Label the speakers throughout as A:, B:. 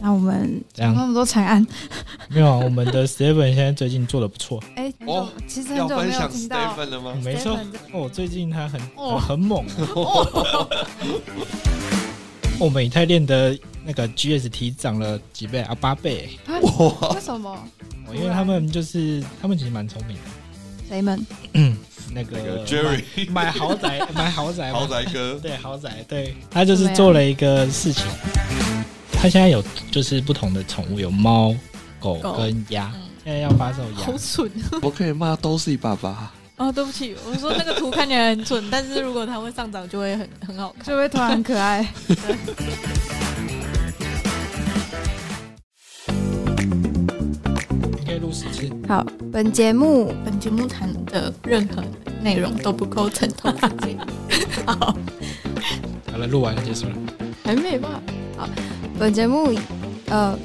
A: 那我们
B: 这样
A: 讲那么多惨案，
B: 没有啊，我们的 Seven 现在最近做的不错，
A: 哎、
C: 哦
A: 其
D: 嗯
A: 实很
C: 要
A: 久
C: 分
A: 没有
C: 享
A: 听到
C: Stephen 了吗？
B: 没错
A: Stephen 这。
B: 哦，最近他很
A: 哦
B: 很猛啊、我们以太链的那个 GST 涨了几倍啊？八倍、
C: 哇，
A: 为什么？
B: 哦因为他们就是他们其实蛮聪明的，
A: 谁们？
B: 那个
C: 那个 Jerry
B: 买买豪宅， 买豪宅，
C: 豪宅哥，
B: 对豪宅，对他就是做了一个事情，他现在有就是不同的宠物，有猫、狗
D: 狗
B: 跟鸭
D: 嗯，
B: 现在要发售鸭
D: 好。蠢
C: 我可以骂都是爸爸。
D: 哦！对不起，我说那个图看起来很蠢，但是如果它会上涨，就会很很好看。
A: 就会突然很可爱。
B: 你可以录十次，
A: 好，本节目
D: 本节目谈的任何内容都不构成投资建议。好，
B: 好了，录完了结束了。
D: 还没吧？
A: 本节目呃，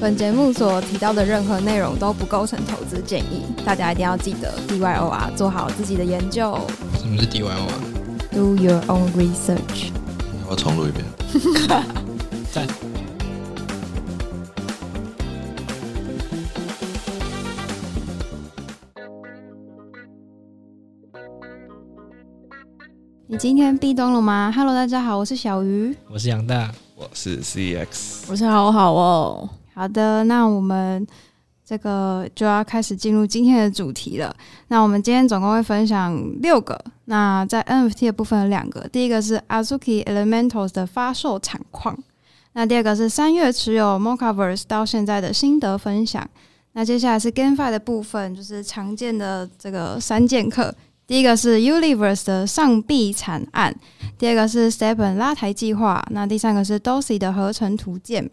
A: 本节目所提到的任何内容都不构成投资建议，大家一定要记得 D Y O R 做好自己的研究
B: 什么是 DYO 啊？
A: ，Do your own research。
C: 我要重录一遍。
B: 赞。
A: 你今天壁咚了吗？Hello，大家好，我是小鱼。
B: 我是杨大，
C: 我是 CX，
D: 我是好好哦，
A: 好的，那我们这个就要开始进入今天的主题了。那我们今天总共会分享六个，那在 NFT 的部分有两个，第一个是 Azuki Elementals 的发售产况，那第二个是三月持有 Mochaverse 到现在的心得分享。那接下来是 GameFi 的部分，就是常见的这个三剑客。第一个是 Universe 的上臂惨案，第二个是 Stepen 拉抬计划，那第三个是 Dosi 的合成图鉴。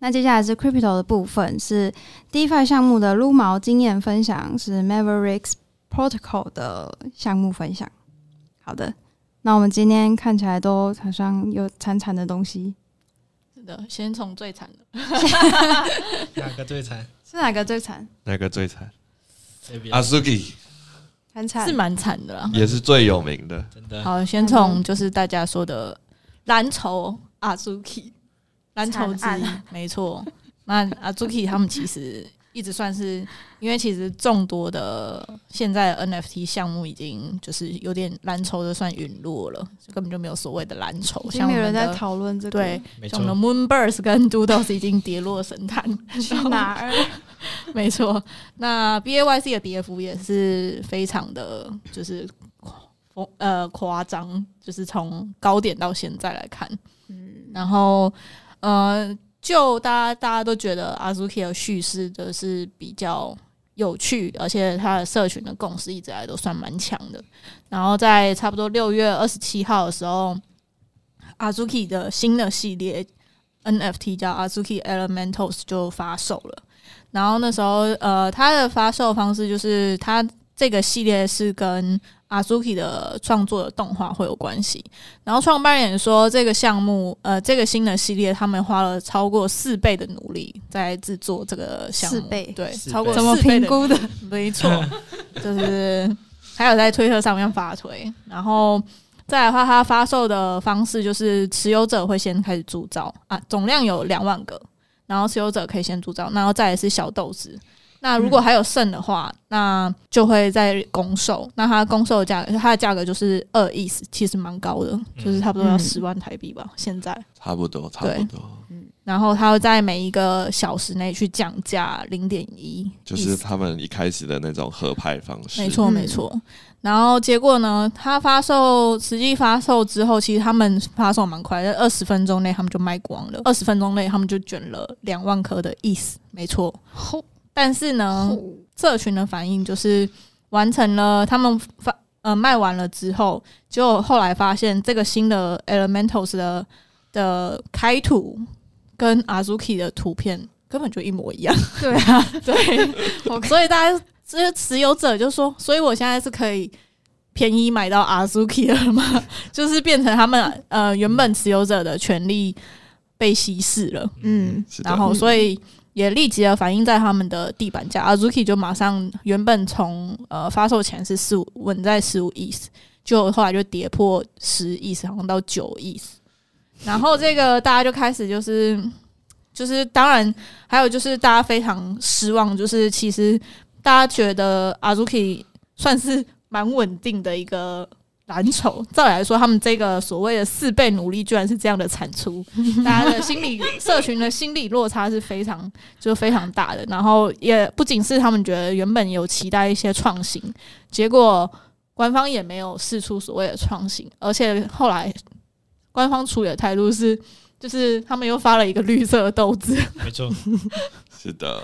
A: 那接下来是 crypto 的部分，是 DeFi 项目的撸毛经验分享，是 Mavericks Protocol 的项目分享。好的，那我们今天看起来都好像有惨惨的东西，
D: 是的，先从最惨的
B: 哪个最惨？
A: 是哪个最惨？
C: 那个最惨
B: 这
C: 啊
B: 边
C: ，Azuki
A: 很惨
D: 是蛮惨的啦。
C: 也是最有名的。
B: 真的
D: 好，先从就是大家说的蓝筹阿朱 k 蓝筹之
A: 惨
D: 一，没错。那阿朱 k 他们其实一直算是，因为其实众多的现在的 NFT 项目已经就是有点蓝筹的算陨落了，就根本就没有所谓的蓝筹，
A: 已经
D: 像
A: 没
D: 我
A: 有
D: 们
A: 人在
D: 的
A: 讨论这个，
D: 对，
B: 没
D: 像
B: 错
D: 我，们的 Moonbirds 跟 Doodles 已经跌落神坛，
A: 去哪 儿？
D: 没错，那 B A Y C 的跌幅也是非常的，就是夸呃夸张，就是从高点到现在来看，嗯，然后呃，就大家大家都觉得 Azuki 的叙事的是比较有趣，而且它的社群的共识一直以来都算蛮强的。然后在差不多六月二十七号的时候，Azuki 的新的系列 NFT 叫 Azuki Elementals 就发售了。然后那时候，呃，它的发售方式就是它这个系列是跟 Azuki 的创作的动画会有关系。然后创办人说，这个项目，呃，这个新的系列，他们花了超过四倍的努力在制作这个项目，
A: 四倍
D: 对，
B: 四倍
D: 超过
A: 怎么
D: 四倍
A: 评
D: 的
A: 估的？
D: 没错，就是还有在推特上面发推，然后再来的话，它发售的方式就是持有者会先开始铸造啊，总量有两万个，然后持有者可以先铸造，然后再来是小豆子。那如果还有剩的话，那就会在公售。那它公售的价格，它的价格就是二亿，其实蛮高的，就是差不多要
A: 嗯
D: 十万台币吧。现在，
C: 差不多，差不多，
D: 然后它会在每一个小时内去降价零点一，
C: 就是他们一开始的那种合拍方式。
D: 没，错，
A: 嗯
D: 没错。然后结果呢，它发售实际发售之后，其实他们发售蛮快，在二十分钟内他们就卖光了，二十分钟内他们就卷了两万颗的 ETH，没错。但是
A: 嗯
D: 呢，
A: 哦
D: 社群的反应就是完成了他们发呃卖完了之后，结果后来发现这个新的 Elementals 的的开图跟 Azuki 的图片根本就一模一样。
A: 对啊，
D: 对，所以大家这些持有者就说，所以我现在是可以便宜买到 Azuki 了吗？ 就是变成他们呃原本持有者的权利被稀释了。
A: 嗯，
C: 是的
D: 然后所以也立即的反映在他们的地板价。Azuki 就马上原本从呃发售前是十五稳在十五 ETH，就后来就跌破十亿，好像到九亿。然后这个大家就开始就是就是，当然还有就是大家非常失望，就是其实大家觉得 Azuki 算是蛮稳定的一个。蓝筹，照理来说，他们这个所谓的四倍努力，居然是这样的产出，大家的心理社群的心理落差是非常就是非常大的。然后也不仅是他们觉得原本有期待一些创新，结果官方也没有试出所谓的创新，而且后来官方处理的态度是，就是他们又发了一个绿色的豆子，
B: 没 错，
C: 是的，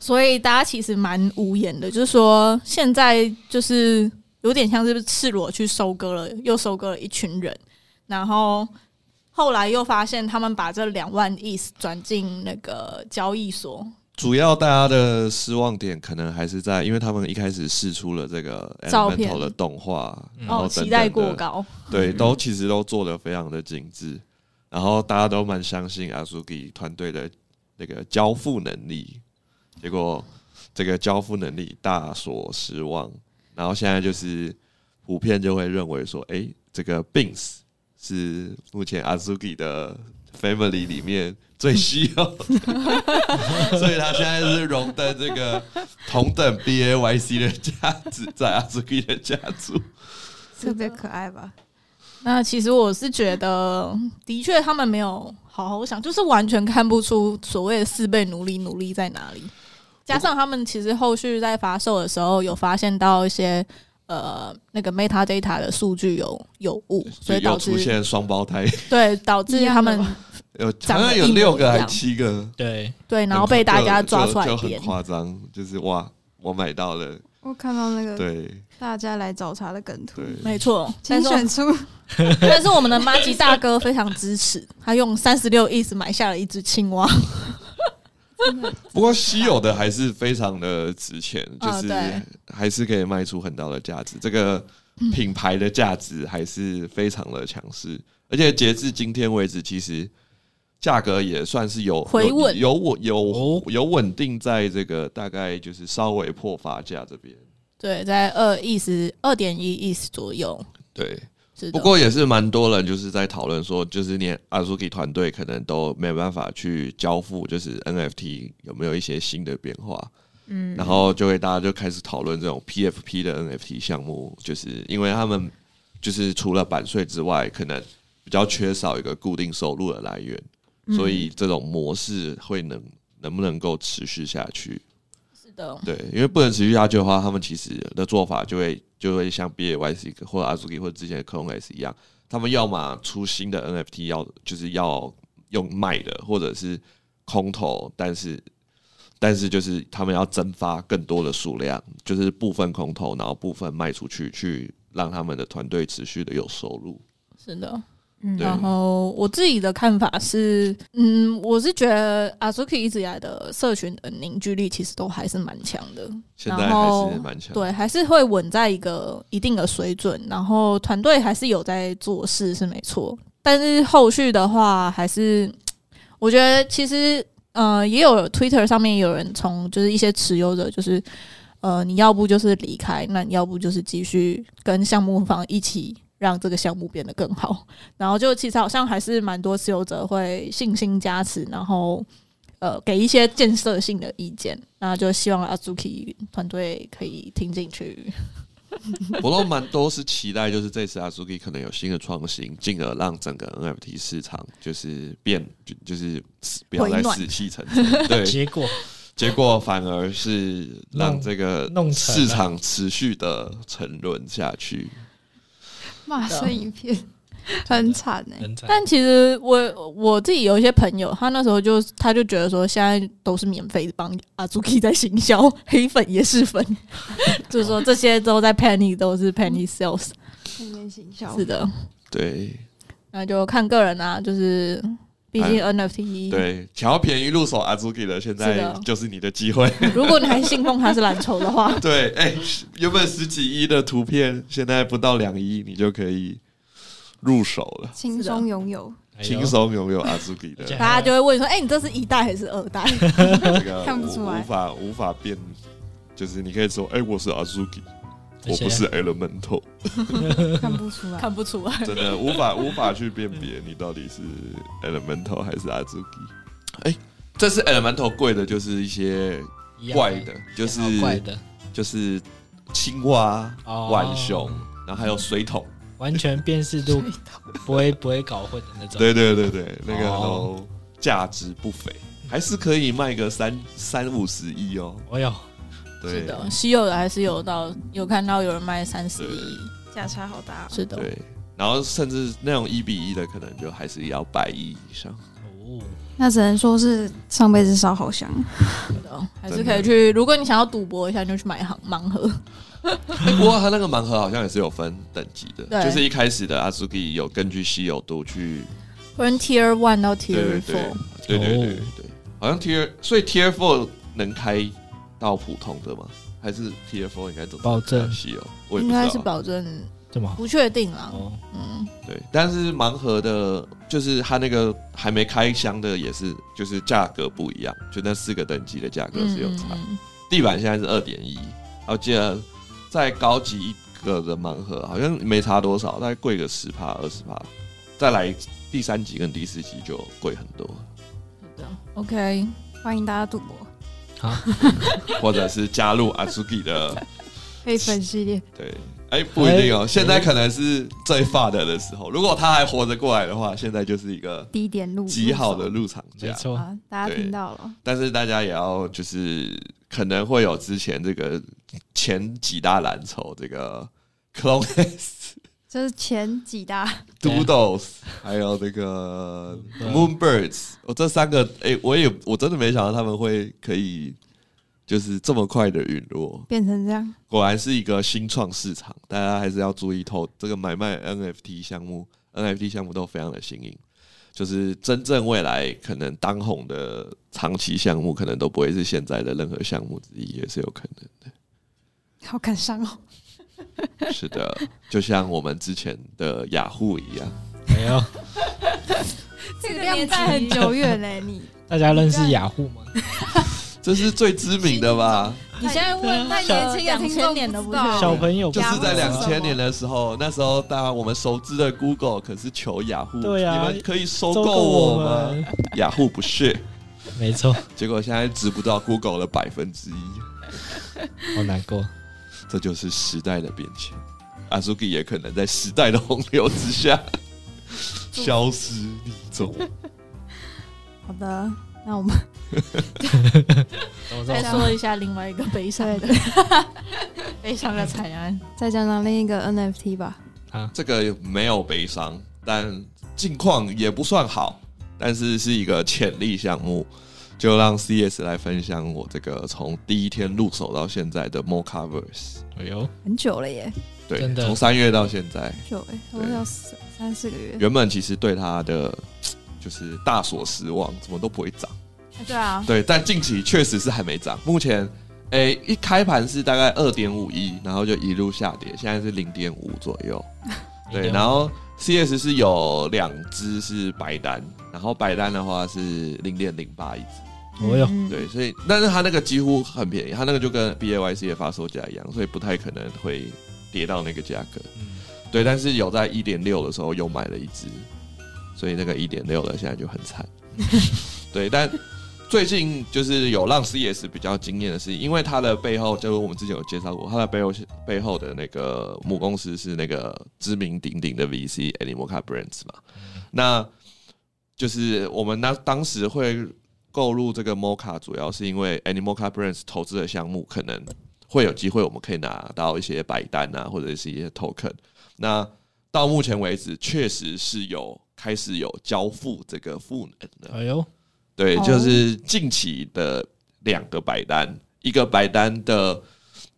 D: 所以大家其实蛮无言的，就是说现在就是有点像是赤裸去收割了，又收割了一群人，然后后来又发现他们把这两万亿转进那个交易所，哦
C: 主要大家的失望点可能还是在，因为他们一开始试出了这个
D: 照片
C: Elemental 的动画，然后
D: 哦，
C: 嗯等等
D: 期待过
C: 的，
D: 高，
C: 对，都其实都做的非常的精致，然后大家都蛮相信阿苏给团队的那个交付能力，结果这个交付能力大所失望，然后现在就是普遍就会认为说，诶，这个 Bins 是目前阿苏给的 family 里面最需要的， 所以他现在是荣登这个同等 BAYC 的价值，在阿苏给的家族。
A: 特别可爱吧？
D: 那其实我是觉得，的确他们没有好好想，就是完全看不出所谓的四倍努力努力在哪里。加上他们其实后续在发售的时候，有发现到一些呃那个 metadata 的数据有有误，所以
C: 有
D: 导
C: 出
D: 致
C: 现双胞胎，
D: 对导致他
A: 一
D: 们
A: 样的
C: 有
D: 长
C: 好
D: 得
C: 像有
D: 一模
C: 六个
D: 一
C: 还
D: 样
C: 七个，
B: 对，
D: 对，然后
C: 很
D: 被大家
C: 就
D: 抓出来
C: 就很
D: 编。
C: 夸张，就是哇，我买到了，
A: 我看到那个
C: 对
A: 大家来找茬的梗图
C: 对，，
D: 没错，但
A: 请
D: 是我
A: 选出
D: 但是我们的马吉大哥非常支持，他用三十六亿买下了一只青蛙。
C: 不过稀有的还是非常的值钱，就
D: 嗯
C: 是
D: 对嗯
C: 还是可以卖出很高的价值。这个品牌的价值还是非常的强势，而且截至今天为止，其实价格也算是有
D: 回稳
C: 有有稳有
B: 哦
C: 有稳定在这个大概就是稍微破发价这边。
D: 对，在二亿十二点一亿左右。
C: 对，
D: 是的
C: 不过也是蛮多人就是在讨论说，就是连 Azuki 团队可能都没有办法去交付，就是 NFT 有没有一些新的变化。嗯，然后就会大家就开始讨论这种 PFP 的 NFT 项目，就是因为他们就是除了版税之外，可能比较缺少一个固定收入的来源，
D: 嗯
C: 所以这种模式会能能不能够持续下去？
D: 是的，
C: 对，因为不能持续下去的话，他们其实的做法就会就会像 B A Y C 或者 Azuki 或者之前的 Clone S 一样，他们要么出新的 N F T 要就是要用卖的，或者是空投，但是但是就是他们要增发更多的数量，就是部分空投，然后部分卖出去，去让他们的团队持续的有收入。
D: 是的。
C: 对，
D: 嗯然后我自己的看法是，嗯，我是觉得 Azuki 一直以来的社群的凝聚力其实都还是蛮强的，
C: 现在
D: 然后
C: 还是蛮强。
D: 对，还是会稳在一个一定的水准，然后团队还是有在做事是没错，但是后续的话还是，嗯我觉得其实呃，也有 Twitter 上面有人从就是一些持有者就是。呃，你要不就是离开，那你要不就是继续跟项目方一起让这个项目变得更好。然后就其实好像还是蛮多持有者会信心加持，然后呃给一些建设性的意见。那就希望 Azuki 团队可以听进去。
C: 不过蛮多是期待，就是这次 Azuki 可能有新的创新，进而让整个 NFT 市场就是变，就就是死不要再
D: 回暖
C: 死气沉 沉。对，
B: 结果
C: 结果反而是让这个
B: 弄弄沉了
C: 市场持续的沉沦下去。
A: 骂声一片，啊很惨哎、
B: 人才
D: 但其实我我自己有一些朋友，他那时候就他就觉得说，现在都是免费帮 Azuki 在行销，黑粉也是粉， 就是说这些都在 Penny 都是 Penny Sales。
A: 负面行销
D: 是的，
C: 对
D: 那就看个人啊，就是毕竟
B: 嗯
D: NFT，、，
C: 对，抢到便宜入手 Azuki 的，现
D: 是
C: 在
D: 的
C: 就是你的 机会。，
D: 如果你还信奉它是蓝筹的话
C: 对，哎、原本十几亿的图片，现在不到两亿，你就可以入手了，
A: 轻松拥有，
B: 哎呦
C: 轻松拥有 Azuki 的
B: 而。且
D: 大家就会问说，哎、你这是一代还是二 代？
C: 这个
A: 看不
C: 无
A: 出来
C: 无法无法辨，就是你可以说，哎、我是 Azuki，我不是 elemental，
A: 看不出来。
D: 看不出来。
C: 真的 无法无法去辨别你到底是 elemental 还是阿朱基。哎、这是 elemental 贵的，就是一些
B: 一样
C: 怪的，就是
B: 一样怪的，
C: 就是青蛙、
B: 哦
C: 浣熊，然后还有水桶。
B: 完全辨识 度不会不会搞混的那种。
C: 对对对对，那个
B: 哦
C: 都价值不菲，还是可以卖个三三五十亿哦。
B: 哦哟，
C: 对
D: 是的，稀有的还是有到有看到有人卖三十亿，
A: 价差好大、哦
D: 是的，
C: 对，然后甚至那种一比一的，可能就还是要百亿以 上。
B: 哦，
A: 那只能说是上辈子烧好香。
D: 是的，还是可以去。如果你想要赌博一下，你就去买盲盲盒，
C: 哎不过它那个盲盒好像也是有分等级的，
D: 对
C: 就是一开始的阿朱基有根据稀有度去，
D: 分 Tier One 到
C: 对对
D: Tier
C: 对
D: Four，
C: 对对对对
B: 哦
C: 对，好像 Tier 所以 Tier Four 能开到普通的吗？还是 Tier Four 应该怎么
B: 保证
C: 比较稀有？我也
D: 应
C: 不知道啊
D: 该是保证
B: 这么好
D: 不确定啦。
B: 哦，
D: 嗯，
C: 对，但是盲盒的，就是它那个还没开箱的，也是就是价格不一样，就那四个等级的价格是有差。
D: 嗯嗯
C: 地板现在是二点一，然后记得再高级一个的盲盒好像没差多少，大概贵个十帕二十帕，再来第三级跟第四级就贵很多，
D: 嗯是的，OK，
A: 欢迎大家赌博，
C: 或者是加入阿苏基的，
A: 黑粉系列。
C: 对，哎、不一定哦、现在可能是最发的的时候，如果他还活着过来的话，现在就是一个
A: 低点入
C: 极好的入场
B: 没
C: 价。
B: 错，
A: 啊，大家
C: 对
A: 听到了，
C: 但是大家也要就是可能会有之前这个前几大蓝筹这个 Clone S、
A: 这是前几大
C: Doodles，还有这个
B: Moonbirds
C: Moonbirds，我、这三个哎、我也我真的没想到他们会可以就是这么快的陨落，
A: 变成这样，
C: 果然是一个新创市场，大家还是要注意投这个买卖 NFT 项目，NFT 项目都非常的新颖。就是真正未来可能当红的长期项目，可能都不会是现在的任何项目之一，也是有可能。
A: 好感伤哦。
C: 是的，就像我们之前的雅虎一样，
B: 没有，
A: 这
D: 个年纪
A: 代很久远嘞， 你
B: 大家认识雅虎吗？
C: 这是最知名的吧？
D: 你现在问
A: 太
D: 小
A: 年轻的听众
D: 2000年都不
A: 知道
D: 确
B: 小
D: 定，
B: 朋友不
C: 就
B: 知道
C: 是在
A: 雅
C: 两
A: 虎是什么
C: 千年的时候，那时候当然我们熟知的 Google 可是求雅虎，
B: 对啊
C: 你们可以收
B: 收
C: 购
B: 购
C: 我吗？
B: 们，
C: 雅虎不是，
B: 没错，
C: 结果现在值不到 Google 的百分之一。
B: 好难过。
C: 这就是时代的变迁。阿苏基也可能在时代的洪流之下消失匿踪。
A: 好的，那我们
B: 怎么
D: 再
B: 说？
D: 说一下另外一个悲伤的 悲伤的惨案，
A: 再讲讲另一个 NFT 吧。
C: 这个没有悲伤，但近况也不算好，但是是一个潜力项目。就让 CS 来分享我这个从第一天入手到现在的 More Covers。
B: 哎呦，
A: 很久了耶，
C: 对，
B: 真的
C: 从三月到现在，
A: 久哎，差不多要三三四个月。
C: 原本其实对它的就是大所失望，怎么都不会涨。
D: 对啊，
C: 对，但近期确实是还没涨。目前，诶、一开盘是大概二点五亿，然后就一路下跌，现在是零点五左右。对，然后 CS 是有两只是白单，然后白单的话是零点零八一只。
B: 哦哟，
A: 嗯，
C: 对，所以但是它那个几乎很便宜，它那个就跟 BAYC 的发售价一样，所以不太可能会跌到那个价格。
B: 嗯
C: 对，但是有在一点六的时候又买了一只，所以那个一点六的现在就很惨。对，但最近就是有让 CS 比较惊艳的是，因为它的背后，就是我们之前有介绍过，它的背后是背后的那个母公司是那个知名鼎鼎的 VC Animoca Brands 嘛，那就是我们那当时会购入这个 Mocha，主要是因为 Animoca Brands 投资的项目可能会有机会，我们可以拿到一些白单啊，或者是一些 token。那到目前为止，确实是有开始有交付这个赋能的。
B: 哎呦，
C: 对，
A: 哦
C: 就是近期的两个白单，一个白单的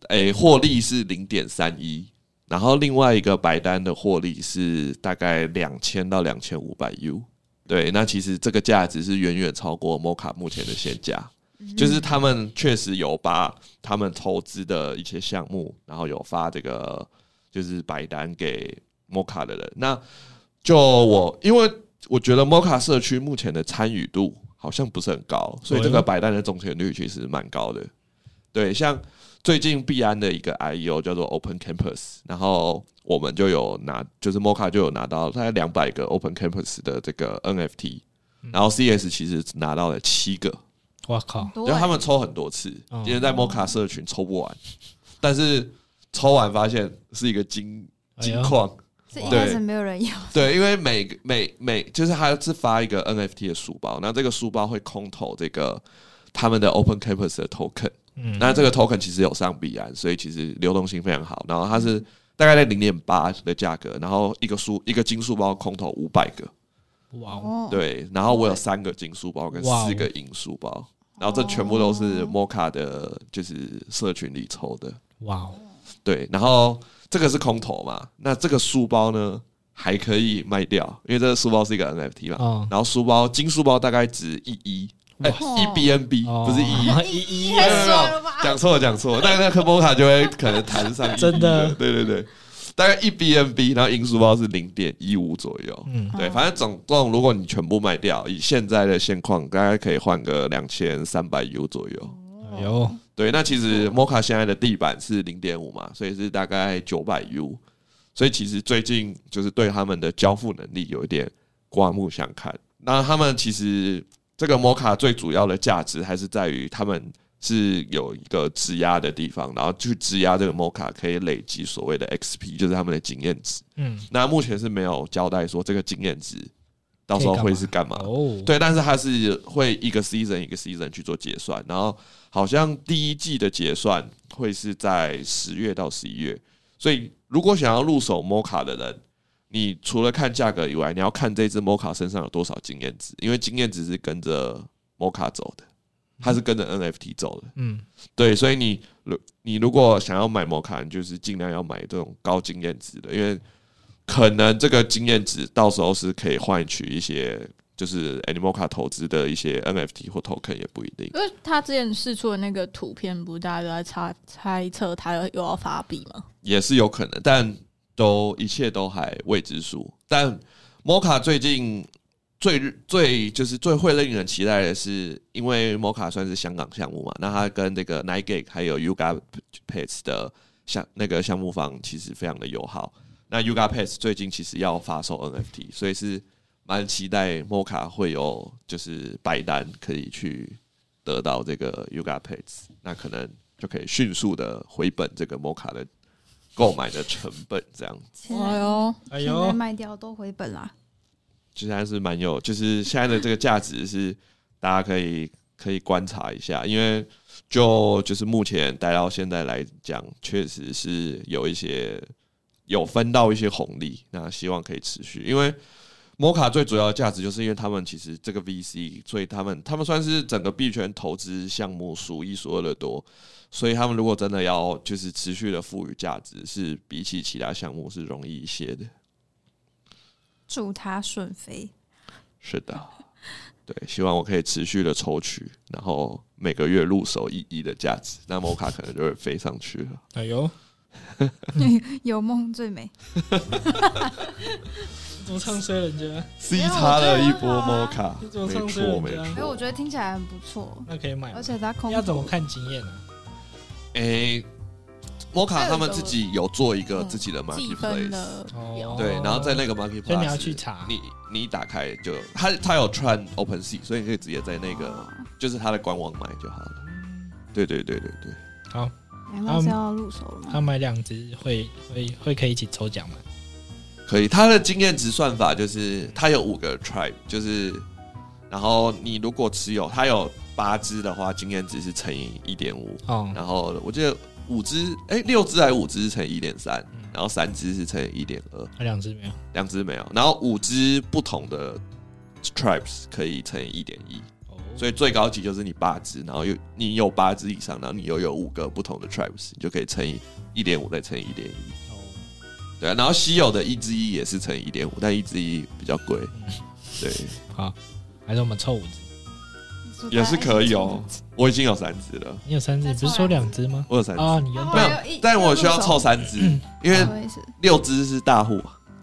C: 诶获利是零点三一，然后另外一个白单的获利是大概两千到两千五百 U。对，那其实这个价值是远远超过 Mocha 目前的现价，就是他们确实有把他们投资的一些项目，然后有发这个就是白单给 Mocha 的人。那就我因为我觉得 Mocha 社区目前的参与度好像不是很高，所以这
B: 哎
C: 个
B: 呦
C: 白单的中签率其实蛮高的。对，像最近币安的一个 IEO 叫做 Open Campus，然后我们就有拿，就是 Mocha 就有拿到大概两百个 Open Campus 的这个 NFT，然后 CS 其实拿到了七个，
B: 我靠，
A: 多
C: 因为
A: 欸
C: 他们抽很多次，
B: 哦
C: 今天在 Mocha 社群抽不完，但是抽完发现是一个金
B: 哎
C: 金
B: 呦，
C: 矿，
A: 是一
C: 对
A: 开始没有人要，
C: 对，因为每个每每就是它是发一个 NFT 的书包，那这个书包会空投这个他们的 Open Campus 的 token，
B: 嗯，
C: 那这个 token 其实有上币安，所以其实流动性非常好。然后它是大概在零点八的价格，然后一个书一个金书包空投五百个，
B: 哇哦，
D: 哦，
C: 对，然后我有三个金书包跟
B: 哇哦
C: 四个银书包。然后这全部都是 Mocha 的，就是社群里抽的，
B: 哇哦，
C: 对。然后这个是空投嘛，那这个书包呢还可以卖掉，因为这个书包是一个 NFT 嘛，
B: 嗯，
C: 然后书包金书包大概值一一，哎
D: 哇
C: 一 BNB
B: 哦
C: 不是一 一，
B: 一一
C: 没有没有没有
D: 爽了吧
C: 讲错了讲错了，但那科波卡就会可能弹上1
B: 真的
C: 对对对，大概一 BNB，然后银书包是零点一五左右，
B: 嗯，
C: 对，
D: 嗯
C: 反正总共如果你全部卖掉，以现在的现况，大概可以换个两千三百 U 左右。
B: 哎呦，
C: 对，那其实 Mocha 现在的地板是零点五嘛，所以是大概九百 U，所以其实最近就是对他们的交付能力有一点刮目相看。那他们其实这个 Mocha 最主要的价值还是在于他们是有一个质押的地方，然后去质押这个 Mocha 可以累积所谓的 XP，就是他们的经验值。
B: 嗯，
C: 那目前是没有交代说这个经验值到时候会是干嘛，
B: 哦，，
C: 对，但是它是会一个 season 一个 season 去做结算，然后好像第一季的结算会是在十月到十一月，所以如果想要入手 Mocha 的人，你除了看价格以外，你要看这只 Mocha 身上有多少经验值，因为经验值是跟着 Mocha 走的，它是跟着 NFT 走的，
B: 嗯，
C: 对，所以你如你如果想要买摩卡，你就是尽量要买这种高经验值的，因为可能这个经验值到时候是可以换取一些就是 Animal 卡投资的一些 NFT 或 token 也不一定。
D: 因为他之前试出的那个图片，不是大家都在猜猜测他又要发币吗？
C: 也是有可能，但都一切都还未知数。但 Mocha 最近最最就是最会令人期待的是，因为 Mocha 算是香港项目嘛，那它跟这个 n i g e g 还有 Yuga Pets 的项那个项目方其实非常的友好。那 Yuga Pets 最近其实要发售 NFT，所以是蛮期待 Mocha 会有就是白单可以去得到这个 Yuga Pets，那可能就可以迅速的回本这个 Mocha 的购买的成本，这样
A: 天
D: 哎
A: 啊
D: 呦，
B: 哎
A: 现在
B: 呦，
A: 卖掉都回本啦。
C: 其实还是蛮有，就是现在的这个价值是大家可以可以观察一下，因为就就是目前待到现在来讲，确实是有一些有分到一些红利，那希望可以持续，因为。摩卡最主要的价值，就是因为他们其实这个 VC，所以他们他们算是整个币圈投资项目数一数二的多，所以他们如果真的要就是持续的赋予价值，是比起其他项目是容易一些的。
A: 祝他顺飞，
C: 是的，对，希望我可以持续的抽取，然后每个月入手一一的价值，那摩卡可能就会飞上去了。
B: 哎呦，
A: 有梦最美。
B: 你怎么唱衰人家？
C: C
A: 有
C: 插了一波摩
A: 我
C: 卡，
B: 觉得很好啊
C: 没错没
B: 因
A: 因哎为我觉
C: 错。
A: 得听起来很不错，
B: 那可
C: 哎
B: 以买吗
A: 而，且他空
B: 要怎么看经验啊呢？
C: 诶，摩卡哎他们自己有做一个
B: 嗯
C: 自己的
D: 计分
C: marketplace，
D: 的表，
C: 对，然后在那个
B: 哦所以
C: marketplace，
B: 你要去查，
C: 你你一打开就它它有串 Open Sea，所以你可以直接在那个就是它的官网买就好了。对对对对对，
B: 好，
A: 难怪是要入手了
B: 他
A: 吗？
C: 啊
B: 买两只会会会可以一起抽奖吗？
C: 可以，它的经验值算法就是它有五个 tribe，就是然后你如果持有它有八只的话，经验值是乘以一点五，
B: 哦，
C: 然后我记得五只哎六只还是五只是乘以一点三
B: 嗯，
C: 然后三只是乘以一点二，
B: 那两只没有，
C: 两只没有，然后五只不同的 tribes 可以乘以一点一，
B: 哦，
C: 所以最高级就是你八只，然后又你有八只以上，然后你又有五个不同的 tribes，你就可以乘以一点五再乘以一点一。
B: 哦
C: 对啊，然后稀有的一之一也是乘以一点五，但一之一比较 贵
B: 嗯。
C: 对，
B: 好，还是我们凑五只。
A: 祝他
C: 也是可以哦。我已经有三只了，
B: 你有三只，
A: 再
B: 不
A: 凑
B: 是说两只吗？
C: 我有三只，
D: 哦
B: 啊，你
A: 他
B: 原
A: 后
C: 没
A: 来
B: 本
C: 有
A: 又一
C: 但我需要凑
A: 又入手
C: 三只，
D: 嗯
C: 因为
A: 什么意 思？
C: 六只是大户，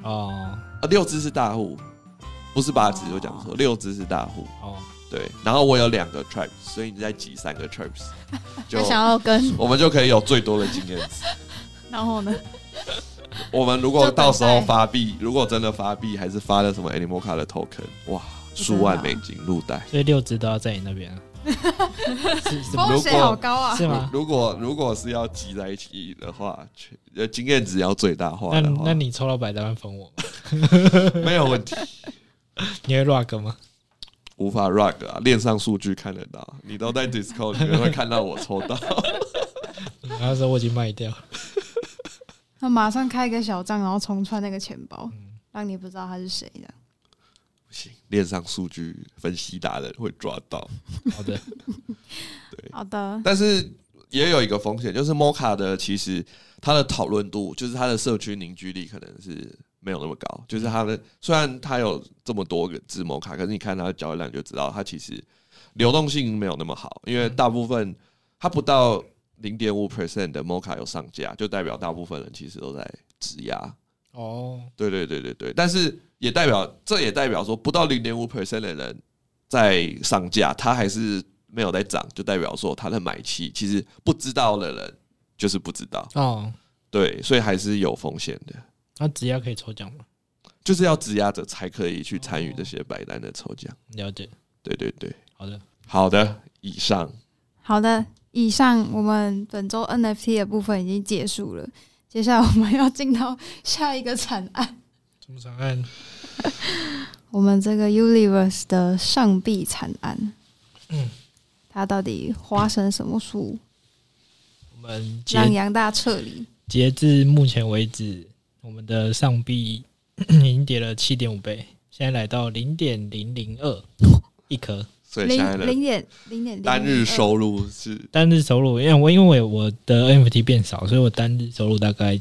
C: 呃
B: 哦
C: 啊，六只是大户，不是八只，我讲错，六只是大户。
B: 哦，
C: 对，然后我有两个 tribes，所以你在挤三个 tribes，就
D: 他想要跟，
C: 我们就可以有最多的经验值。
D: 然后呢，
C: 我们如果
D: 就等待
C: 到时候发币，如果真的发币，还是发了什么 Animal Card 的 token，哇，数万美金入袋。
B: 所以六只都要在你那边啊？是是
A: 风险好高啊！
B: 是吗？
C: 如果如果是要集在一起的话，全呃经验值要最大化
B: 那
C: 的
B: 你
C: 话
B: 那，你抽到百单万分我吗，
C: 没有问题，
B: 你会 rock 吗？
C: 无法 rug 啊，链上数据看得到，你都在 Discord 里面会看到我抽到，
B: 然后说我已经卖掉了，
A: 他马上开一个小账，然后重穿那个钱包，
C: 嗯
A: 让你不知道他是谁的。
C: 不行，链上数据分析达人会抓到。
B: 好的，
A: 好的，
C: 但是也有一个风险，就是 Mocha 的其实它的讨论度，就是它的社区凝聚力可能是没有那么高。就是它的虽然它有这么多个字 Mocha，可是你看它的交易量就知道，它其实流动性没有那么好，因为大部分它不到零点五 percent 的 Mocha 有上架，就代表大部分人其实都在质押。
B: 哦，
C: 对对对对对，但是也代表这也代表说，不到零点五 percent 的人在上架，它还是没有在涨，就代表说它的买气其实不知道的人就是不知道，
B: 哦，
C: 对，所以还是有风险的，
B: 那只要可以抽奖吗？
C: 就是要质押者才可以去参与这些白单的抽奖。
B: 了解，
C: 对对对，
B: 好的，
C: 好的，以上
A: 好的。以上我们本周 NFT 的部分已经结束了，接下来我们要进到下一个惨案，
B: 什么长按？
A: 我们这个 Universe 的上臂惨案。
B: 嗯，
A: 它到底发生什么事，
B: 我们截
A: 让杨大撤离？
B: 截至目前为止，我们的上币 已经跌了七点五倍，现在来到零点零零二一颗。
C: 所以现在
A: 零
C: 的
A: 零点零点
C: 单日收入是
B: 单日收入，因为我因为我的 NFT 变少，所以我单日收入大概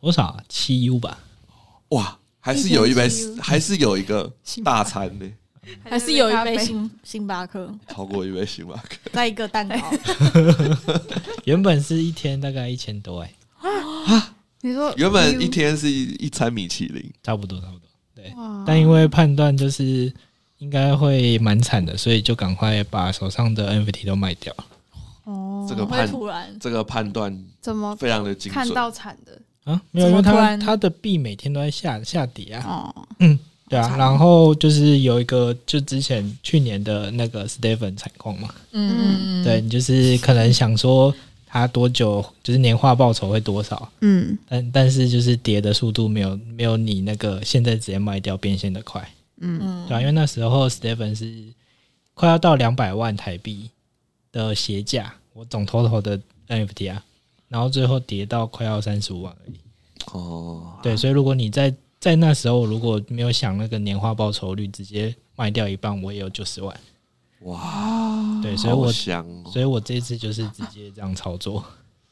B: 多少啊？七 U 吧，
C: 哇，还是有一杯
A: 1.7，
C: 还是有一个
A: 呃
C: 大餐呢、
D: 还是有一杯星星巴克，
C: 超过一杯星巴克
D: 再一个蛋 糕，
B: 原本是一天大概一千多哎、
A: 你说
C: 原本一天是一一餐米其林，
B: 差不多差不多。对，
A: 哇，
B: 但因为判断就是应该会蛮惨的，所以就赶快把手上的 NFT 都卖掉。
A: 哦，
C: 这个
D: 会
C: 判
D: 突然
C: 这个判断
A: 怎么
C: 非常的精
A: 看
C: 准。
A: 到惨的？
B: 啊，没有，因为
D: 怎么突
B: 它
D: 然
B: 它的币每天都在下下跌啊。
A: 哦，
B: 对啊，
A: 惨
B: 然后就是有一个，就之前去年的那个 Stephen 采矿嘛，
D: 嗯，
B: 对，你就是可能想说他多久，就是年化报酬会多少，
A: 嗯
B: 但但是就是跌的速度没有没有你那个现在直接卖掉变现的快，
A: 嗯
D: 嗯
B: 对啊，因为那时候 Stephen 是快要到两百万台币的鞋价，我总 total 的 NFT 啊，然后最后跌到快要三十五万而已。
C: 哦，
B: 对，所以如果你在在那时候如果没有想那个年化报酬率，直接卖掉一半，我也有九十万。
C: 哇，
B: 对，所以
C: 好
B: 我
C: 香哦！
B: 所以我这次就是直接这样操作。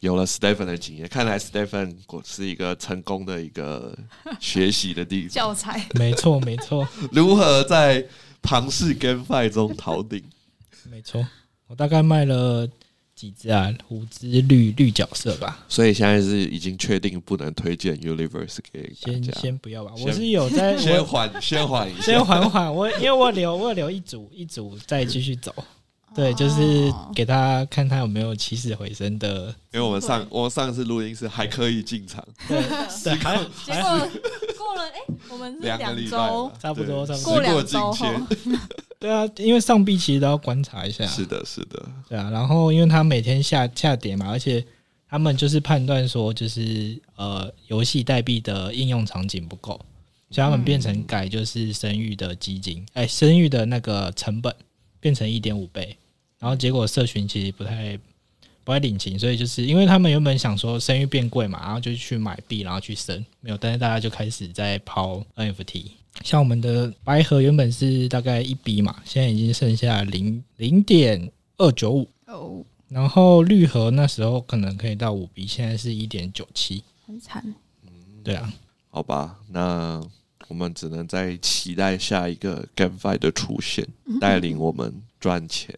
C: 有了 Stephen 的经验，看来 Stephen 果是一个成功的一个学习的地方，
A: 教材
B: 没错，没错，
C: 如何在庞氏跟 f 中逃顶。
B: 没错。我大概卖了几只啊？五只绿绿角色吧。
C: 所以现在是已经确定不能推荐 Universe 给大
B: 先
C: 家，
B: 先不要吧，
C: 先
B: 我是有在
C: 先
B: 我
C: 缓先缓一
B: 先
C: 下。
B: 缓缓，我因为我留我留一组一组再继续走。对，就是
C: 哦
B: 给他看他有没有起死回生的。
C: 因为我们上我上次录音是还可以进场，
B: 对， 对，还有
D: 结果过了，哎，我们是
C: 两个礼拜
D: 周
C: 了，，
B: 差不多
C: 对
B: 差不多
C: 时过
D: 过两周
C: 境
D: 后，
C: 迁。
B: 对啊，因为上臂其实都要观察一下。啊
C: 是的，是的，
B: 对啊，然后因为它每天下下跌嘛，而且他们就是判断说，就是呃，游戏代币的应用场景不够，所以他们变成改就是生育的基金，哎、生育的那个成本变成一点五倍，然后结果社群其实不太不太领情，所以就是因为他们原本想说生育变贵嘛，然后就去买币，然后去生，没有，但是大家就开始在抛 NFT。像我们的白盒原本是大概一比嘛，现在已经剩下零零点二九五，
A: 哦，
B: 然后绿盒那时候可能可以到五 B，现在是一点九七。
A: 很惨。
B: 对啊，
C: 好吧，那我们只能再期待下一个 g a m f i 的出现，
B: 嗯
C: 带领我们赚 钱。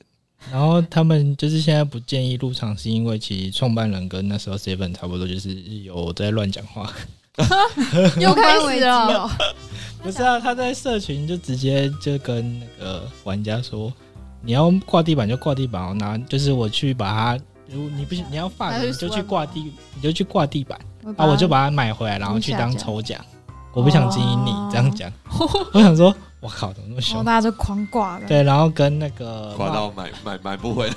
B: 然后他们就是现在不建议入场，是因为其实创办人跟那时候 Seven 差不多，就是有在乱讲话。
D: 又开
A: 危
D: 始
A: 机
D: 了，
A: 哦，
B: 不是啊，他在社群就直接就跟那个玩家说，你要挂地板就挂地板哦，拿就是我去把它，如果你不你要放
D: 拿去
B: 你就
D: 玩
B: 去
D: 吗
B: 挂地，你就去挂地板，
A: 我
B: 啊，
A: 把
B: 我就把它买回来，然后去
A: 下
B: 当
A: 架
B: 抽奖。我不想经营你
D: 哦
B: 这样讲，我想说，我靠，怎么那么
A: 然后
B: 凶？
A: 大家就狂挂了。
B: 对，然后跟那个
C: 挂到买买买 不回来，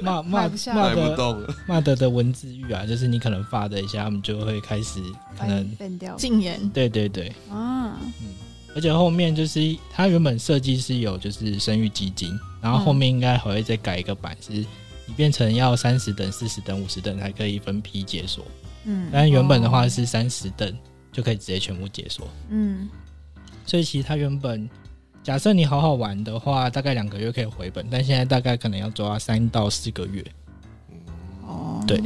B: 骂骂
A: 买不下
B: 骂
C: 买不
B: 的
C: 动了。
B: 骂的的文字狱啊，就是你可能发的一下，他们就会开始可
A: 把你
B: 能
A: 变掉
D: 禁言
B: 对对对，
A: 啊，
B: 而且后面就是它原本设计是有就是生育基金，然后后
A: 嗯
B: 面应该还会再改一个版，是你变成要三十等、四十等、五十等才可以分批解锁，
A: 嗯
B: 但原本的话是三十等就可以直接全部解锁，
A: 嗯，
B: 所以其实它原本假设你好好玩的话，大概两个月可以回本，但现在大概可能要抓三到四个月。
A: 哦，
B: 对。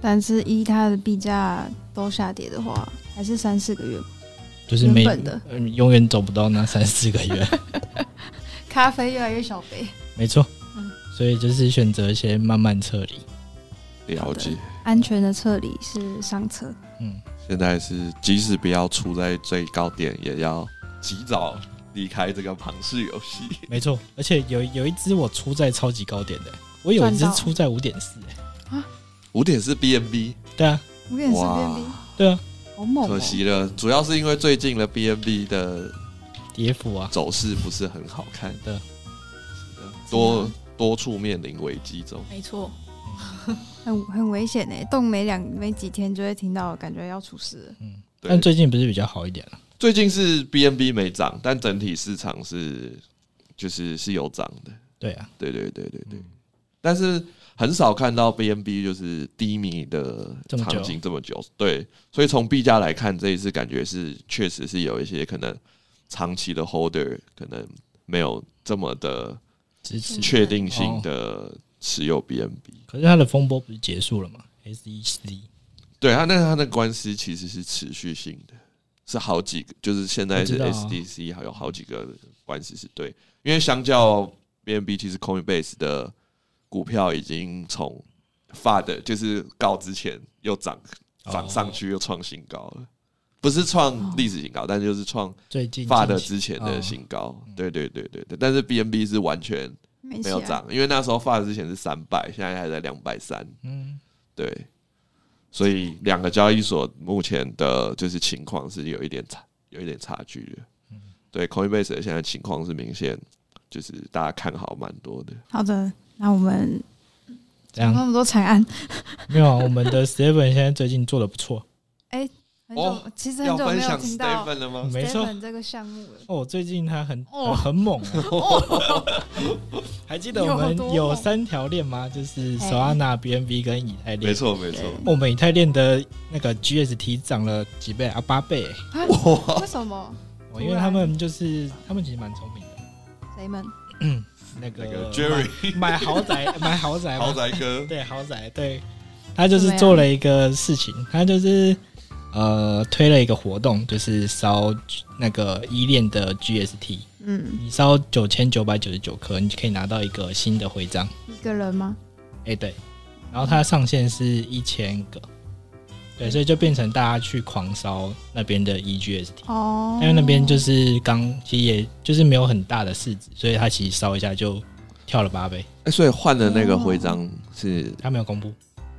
A: 但是依它的币价都下跌的话，还是三四个月。
B: 就是没
A: 原本的
B: 嗯永远走不到那三四个月，
A: 咖啡越来越小杯，
B: 没错
D: 嗯。
B: 所以就是选择先慢慢撤离，
C: 了解，
A: 安全的撤离是上车。
B: 嗯，
C: 现在是即使不要处在最高点，也要及早离开这个庞氏游戏。
B: 没错。而且有有一只我出在超级高点的，我有一只
A: 赚到
B: 出在五点四，
C: 五点是 BNB，
B: 对啊，
A: 五点四
C: 哇
A: 变币，
B: 对啊，
A: 好猛、哦！
C: 可惜了，主要是因为最近的 BNB 的
B: 跌幅啊，
C: 走势不是很好看，
B: 对
C: 是的，多多处面临危机中。
D: 没错，
A: 很很危险呢、欸动没两没几天就会听到，感觉要出事了。
B: 嗯。
C: 对
B: 但最近不是比较好一点啊了？
C: 最近是 BNB 没涨，但整体市场是就是是有涨的，
B: 对啊，
C: 对对对对对。
B: 嗯
C: 但是很少看到 BNB 就是低迷的
B: 这么久
C: 场景这么久，对，所以从币价来看，这一次感觉是确实是有一些可能长期的 holder 可能没有这么的
B: 支持。
C: 确定
B: 哦
C: 性的持有 BNB。
B: 可是它的风波不是结束了吗？SEC E
C: 对他那他的官司其实是持续性的，是好几个，就是现在
B: 我
C: 是
B: 知道啊
C: SDC 还有好几个官司是对，因为相较 BNB，其实 Coinbase 的股票已经从发的，就是告之前又涨
B: 哦
C: 涨上去又创新高了，不是创历史新高，但就是创
B: 最哦近
C: 发
B: 进
C: 的
B: 行
C: 之前
B: 哦
C: 的新高。对对对对对，但是 BNB 是完全
A: 没啊
C: 没有
A: 起来
C: 涨，因为那时候发的之前是三百，现在还在两百三。
B: 嗯，
C: 对，所以两个交易所目前的就是情况是有一点差，有一点差距的。
B: 嗯
C: 对，Coinbase 的现在情况是明显，就是大家看好蛮多的。
A: 好的，那我们
B: 这样
A: 那么多惨案，
B: 没有啊？我们的 Seven 现在最近做的不错，
A: 很久、
C: 哦
A: 其实很久没有听到
C: 了吗？
B: 没错。
A: 这个项目了。
B: 哦，最近它很、
D: 哦
B: 呃很 猛、 哦，还记得我
D: 有
B: 们
D: 多猛
B: 有三条链吗？就是
A: 哎
B: Solana、BNB 跟以太链。
C: 没，错，没错。
A: 啊
B: 我们以太链的那个 GST 涨了几倍啊？八倍、
A: 为什么？
B: 哦，因为他们就是他们其实蛮聪明的，
A: 谁们？
B: 那个
C: 那个 Jerry
B: 买买豪 宅，买豪宅嘛，
C: 豪宅哥，
B: 对豪宅，对，他就是做了一个事情，他就是呃推了一个活动，就是烧那个依恋的 GST，
A: 嗯，
B: 你烧九千九百九十九颗，你就可以拿到一个新的徽章。
A: 一个人吗？
B: 哎、对，然后它上限是一千个，
C: 嗯
B: 对，所以就变成大家去狂烧那边的 E EGST，
A: 哦
B: 因为那边就是刚其实也就是没有很大的市值，所以它其实烧一下就跳了八倍，
C: 哎，所以换的那个徽章是
B: 它没有公布，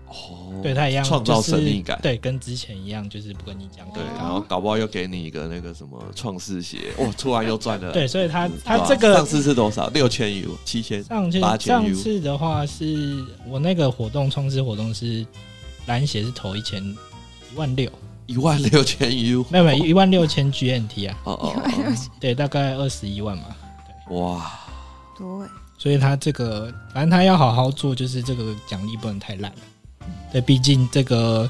C: 哦，
B: 对，它一样
C: 创
B: 就
C: 造
B: 是
C: 神秘感
B: 对，跟之前一样，就是不跟你讲
C: 对，啊
B: 广
C: 然
B: 告。
C: 后搞不好又给你一个那个什么创世鞋，哇，突然又赚了。
B: 对，所以它它
C: 哇
B: 这个
C: 啊上次是多少？六千 U，七千。
B: 上次
C: 八千
B: 上
C: U
B: 次的话是我那个活动创制活动是蓝鞋是投一千一万六，
C: 一万六千 U，
B: 没有没有一万六千 GNT 啊，
C: 哦哦
B: 对，大概二十一万嘛。
C: 哦，哇，
A: 多哎，
B: 所以他这个，反正他要好好做，就是这个奖励不能太烂了。对，毕竟这个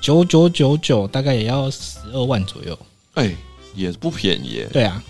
B: 九九九九大概也要十二万左右。
C: 哎、也不便宜耶，
B: 对啊，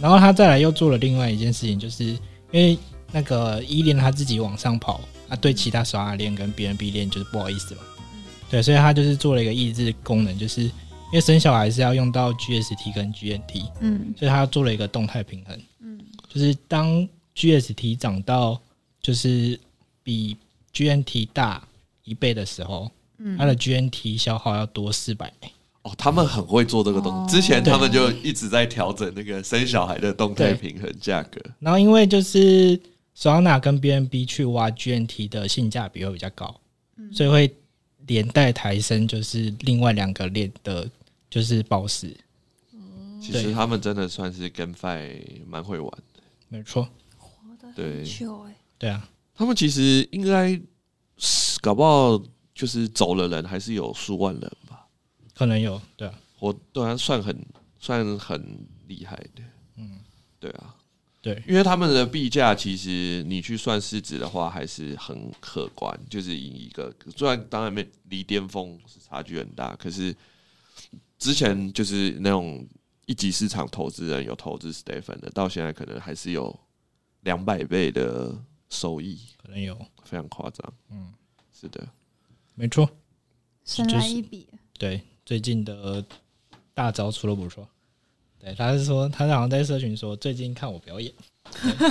B: 然后他再来又做了另外一件事情，就是因为那个依恋他自己往上跑，啊，对其他刷牙链跟 BNB 链就是不好意思嘛。
A: 嗯
B: 对，所以他就是做了一个抑制功能，就是因为生小孩是要用到 GST 跟 GNT，
A: 嗯
B: 所以他做了一个动态平衡。
A: 嗯，
B: 就是当 GST 涨到就是比 GNT 大一倍的时候，它
A: 嗯，
B: 的 GNT 消耗要多四百倍。
C: 哦，他们很会做这个东
D: 哦
C: 西，之前他们就一直在调整那个生小孩的动态
B: 对
C: 平衡价格。
B: 然后因为就是 Solana 跟 BNB 去挖 GNT 的性价比会比较高，所以会连带抬升就是另外两个链的，就是宝石，
C: 其
B: 对
C: 实他们真的算是跟 fi 蛮会玩的，
B: 没错，
C: 对
A: 久哎、
B: 对啊，
C: 他们其实应该搞不好就是走了人还是有数万人吧，
B: 可能有，对啊，
C: 我对他算很算很厉害的，嗯，对啊，
B: 对，
C: 因为他们的币价其实你去算市值的话，还是很可观，就是以一个虽然当然没离巅峰是差距很大，可是之前就是那种一级市场投资人有投资 Stephen 的，到现在可能还是有两百倍的收益，
B: 可能有，
C: 非常夸张。嗯，是的，
B: 没错，
A: 神
B: 就
A: 来
B: 是
A: 一笔，
B: 对，最近的大招出了不错。对，他是说，他好像在社群说，最近看我表演，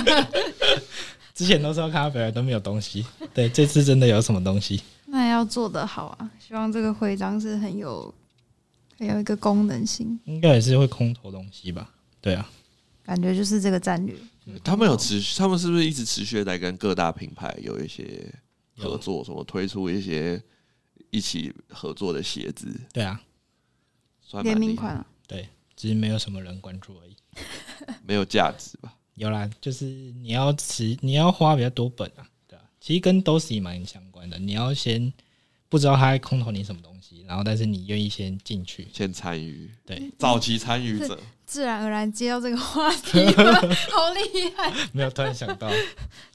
B: 之前都说看他表演都没有东西，对，这次真的有什么东西？
A: 那要做得好啊！希望这个徽章是很有很有一个功能性，
B: 应该也是会空投东西吧？对啊，
A: 感觉就是这个战略。
C: 他们有持续，他们是不是一直持续地在跟各大品牌有一些合
B: 有，
C: 作，什么推出一些一起合作的鞋子，
B: 对啊，
C: 算蛮
A: 联名
C: 厉害
A: 款、啊，
B: 只是没有什么人关注而已。
C: 没有价值吧？
B: 有啦，就是你要持，你要花比较多本啊，对啊，其实跟 DOSI 蛮相关的，你要先不知道他在空投你什么东西，然后但是你愿意先进去，
C: 先参与，
B: 对，
C: 早期 参与者，
A: 自然而然接到这个话 题了，好厉害！
B: 没有突然想到，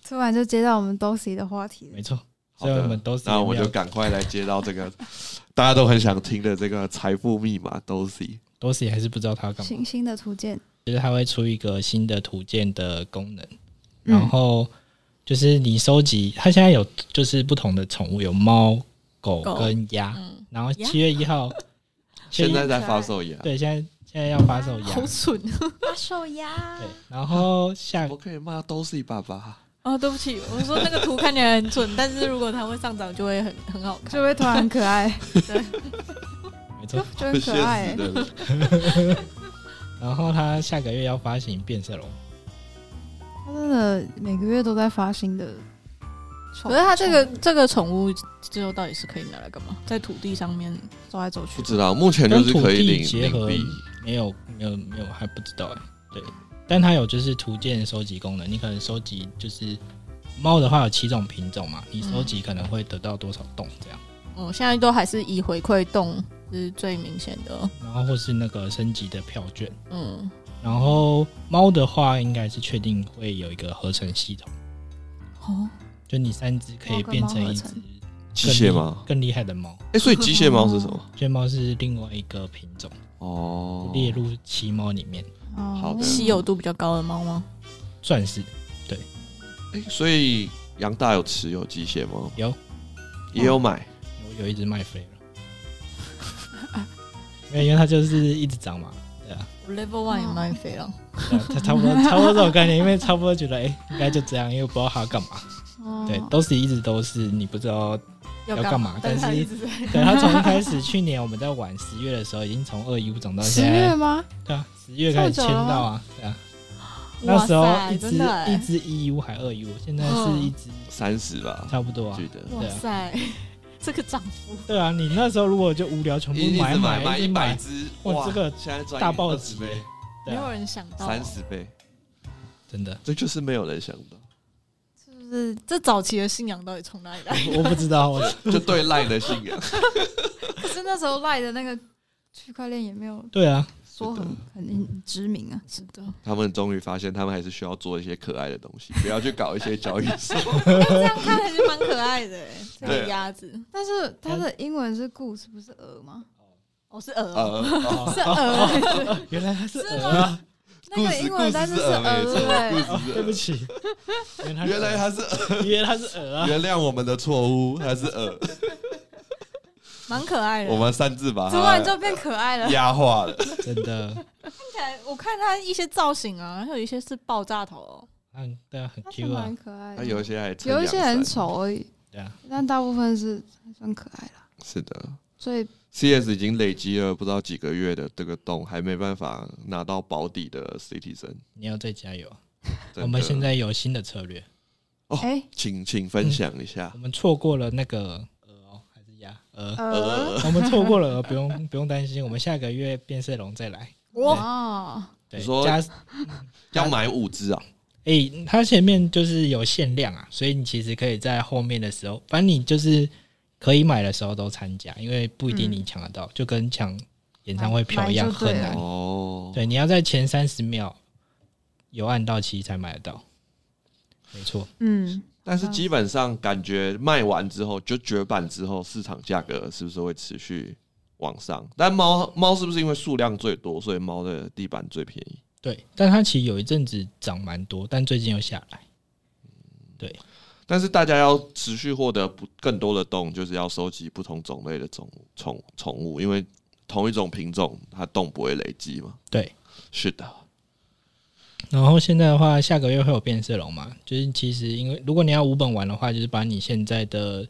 A: 突然就接到我们 Dosy 的话题了
B: 没，错，
C: 好
B: 所以我们
C: 的，
B: DOSI
C: 那我
B: 没有
C: 就赶快来接到这个 大家都很想听的这个财富密码 DOSI。
B: 多时还是不知道它要干嘛
A: 行，星的图鉴，
B: 就是它会出一个新的图鉴的功能，
A: 嗯
B: 然后就是你收集，它现在有就是不同的宠物，有猫、狗
D: 狗
B: 跟鸭，
D: 嗯，
B: 然后
D: 鸭
B: 七月一号，
C: 现在
B: 7
C: 在发售
A: 啊
C: 呀，
B: 对，现在现在要发售鸭
D: 嗯好，蠢
A: 发手呀
B: 对，然后下
C: 我可以骂 DOSI 爸爸，
D: 哦，对不起，我说那个图看起来很蠢，但是如果它会上涨，就会很很好看。
A: 就会突然很可 爱，
B: 没错，
A: 就
C: 不
A: 很
C: 现
A: 可爱、
C: 实的，
B: 然后它下个月要发行变色龙，
A: 他真的每个月都在发新的宠，
D: 可是它这个这个宠物最后到底是可以拿来干嘛？在土地上面
A: 走来走去
C: 不，知道，目前就是可
B: 跟
C: 以
B: 土地
C: 领
B: 结合
C: 领币，
B: 没有没有没有还不知道哎、对，但它有就是图鉴收集功能，你可能收集就是猫的话有七种品种嘛，你收集可能会得到多少洞这样，
D: 嗯，现在都还是以回馈动是最明显的。
B: 然后或是那个升级的票券，
D: 嗯，
B: 然后猫的话应该是确定会有一个合成系统，
D: 哦，
B: 就你三只可以
A: 猫跟
B: 变成
A: 猫合
B: 一只
A: 成
C: 机械猫。
B: 更厉害的猫，
C: 哎，所以机械猫是 什么？
B: 这猫是另外一个品种，
C: 哦，
B: 列入奇猫里面，
A: 哦
C: 好的
D: 稀有度比较高的猫吗？
B: 算是
C: 哎，所以杨大有持有机械猫，
B: 有
C: 也有买，
B: 我有一只卖飞了， 没有，因为它就是一直涨嘛，对啊，
D: 我 level one 也卖飞了，
B: 对啊它差不多差不多这种概念，因为差不多觉得哎、应该就这样，因为不知道它要干嘛，
A: 哦
B: 对，都是一直都是你不知道，要干嘛但
D: 但
B: 是
D: 它一直在
B: 对，它从一开始去年我们在玩十月的时候，已经从二一五涨到
A: 十
B: 现在
A: 月，吗？
B: 对啊，十月开始
A: 这么
B: 签
A: 久了吗
B: 到啊，对啊，
D: 哇
B: 那时候
D: 塞
B: 一
D: 真的欸
B: 只一只一五还二一五，现在是
D: 嗯
B: 一只
C: 三十吧，
B: 差不多啊
C: 记，得。
D: 哇塞， 这个涨幅
B: 对啊，你那时候如果就无聊，全部
C: 一
B: 买
C: 直买
B: 买
C: 一
B: 直
C: 百
B: 买，
C: 只，
B: 哇这个
C: 现在赚
B: 大暴击
C: 十倍、
D: 没
B: 对
D: 有
B: 啊，
D: 人想到，
C: 三十倍，
B: 真的，
C: 这就是没有人想到，
A: 是不是
D: 这早期的信仰到底从哪里来？
B: 我不知 道，我
C: 就对赖的信仰。
A: 可是那时候赖的那 个区块链也没有
B: 对啊，
A: 说很很很知名啊，
D: 是的，
C: 他们终于发现，他们还是需要做一些可爱的东西，不要去搞一 些交易所。
D: 这样 看还是蛮可爱的欸，这
C: 对
D: 个
C: 啊
D: 鸭子，
A: 但是它
C: 嗯
A: 的英文是 goose 不是鹅吗？
D: 哦是鹅哦，
C: 呃，
D: 是
B: 哦
D: 鹅，
B: 原来它是
D: 是
B: 鹅啊。
A: 那个英文单词
C: 故事
A: 鹅
C: 呃
A: 对不对？
B: 哦对不起，原来
C: 原来他是
B: 是原来他是鹅啊！
C: 原谅我们的错误，还是呃，
D: 蛮可爱的
C: 我。们擅自把
A: 啊突然
C: 它
A: 就变可爱了，
C: 压化了。
B: 真的，
D: 看起来我看它一些造型啊，还有一些是爆炸头哦，
B: 嗯，对啊，很
A: 它是
B: Q 啊
A: 蛮，可爱
C: 它
A: 的，
C: 有一些还撑
A: 有一些很
C: 阳伞，
A: 丑而已，
B: 对啊，
A: 但大部分是还算可爱啦。
C: 是的，
A: 所以
C: CS 已经累积了不知道几个月的这个洞，还没办法拿到保底的 Citizen
B: 你要再加油。
C: 真的。
B: 我们现在有新的策略，
C: 哦
A: 哎、
C: 请请分享一下
B: 我，们错过了那个鹅哦，还是鸭鹅，
A: 呃，
B: 我们错过了鹅，不用不用担心，我们下个月变色龙再来。
D: 哇，
B: 对，
C: 你说
B: 加
C: 要买五只啊？
B: 诶、它前面就是有限量啊，所以你其实可以在后面的时候，反正你就是可以买的时候都参加，因为不一定你抢得到，就跟抢演唱会票一样
A: 买就对
B: 很
A: 了
B: 难。
C: 哦，
B: 对，你要在前三十秒有按到期才买得到，没错。
A: 嗯，
C: 但是基本上感觉卖完之后就绝版之后，市场价格是不是会持续往上？但猫猫是不是因为数量最多，所以猫的地板最便宜？
B: 对，但它其实有一阵子涨蛮多，但最近又下来。
C: 但是大家要持续获得不更多的洞，就是要收集不同种类的宠物宠宠物，因为同一种品种它洞不会累积嘛。
B: 对，
C: 是的。
B: 然后现在的话，下个月会有变色龙嘛？就是其实因为如果你要五本玩的话，就是把你现在的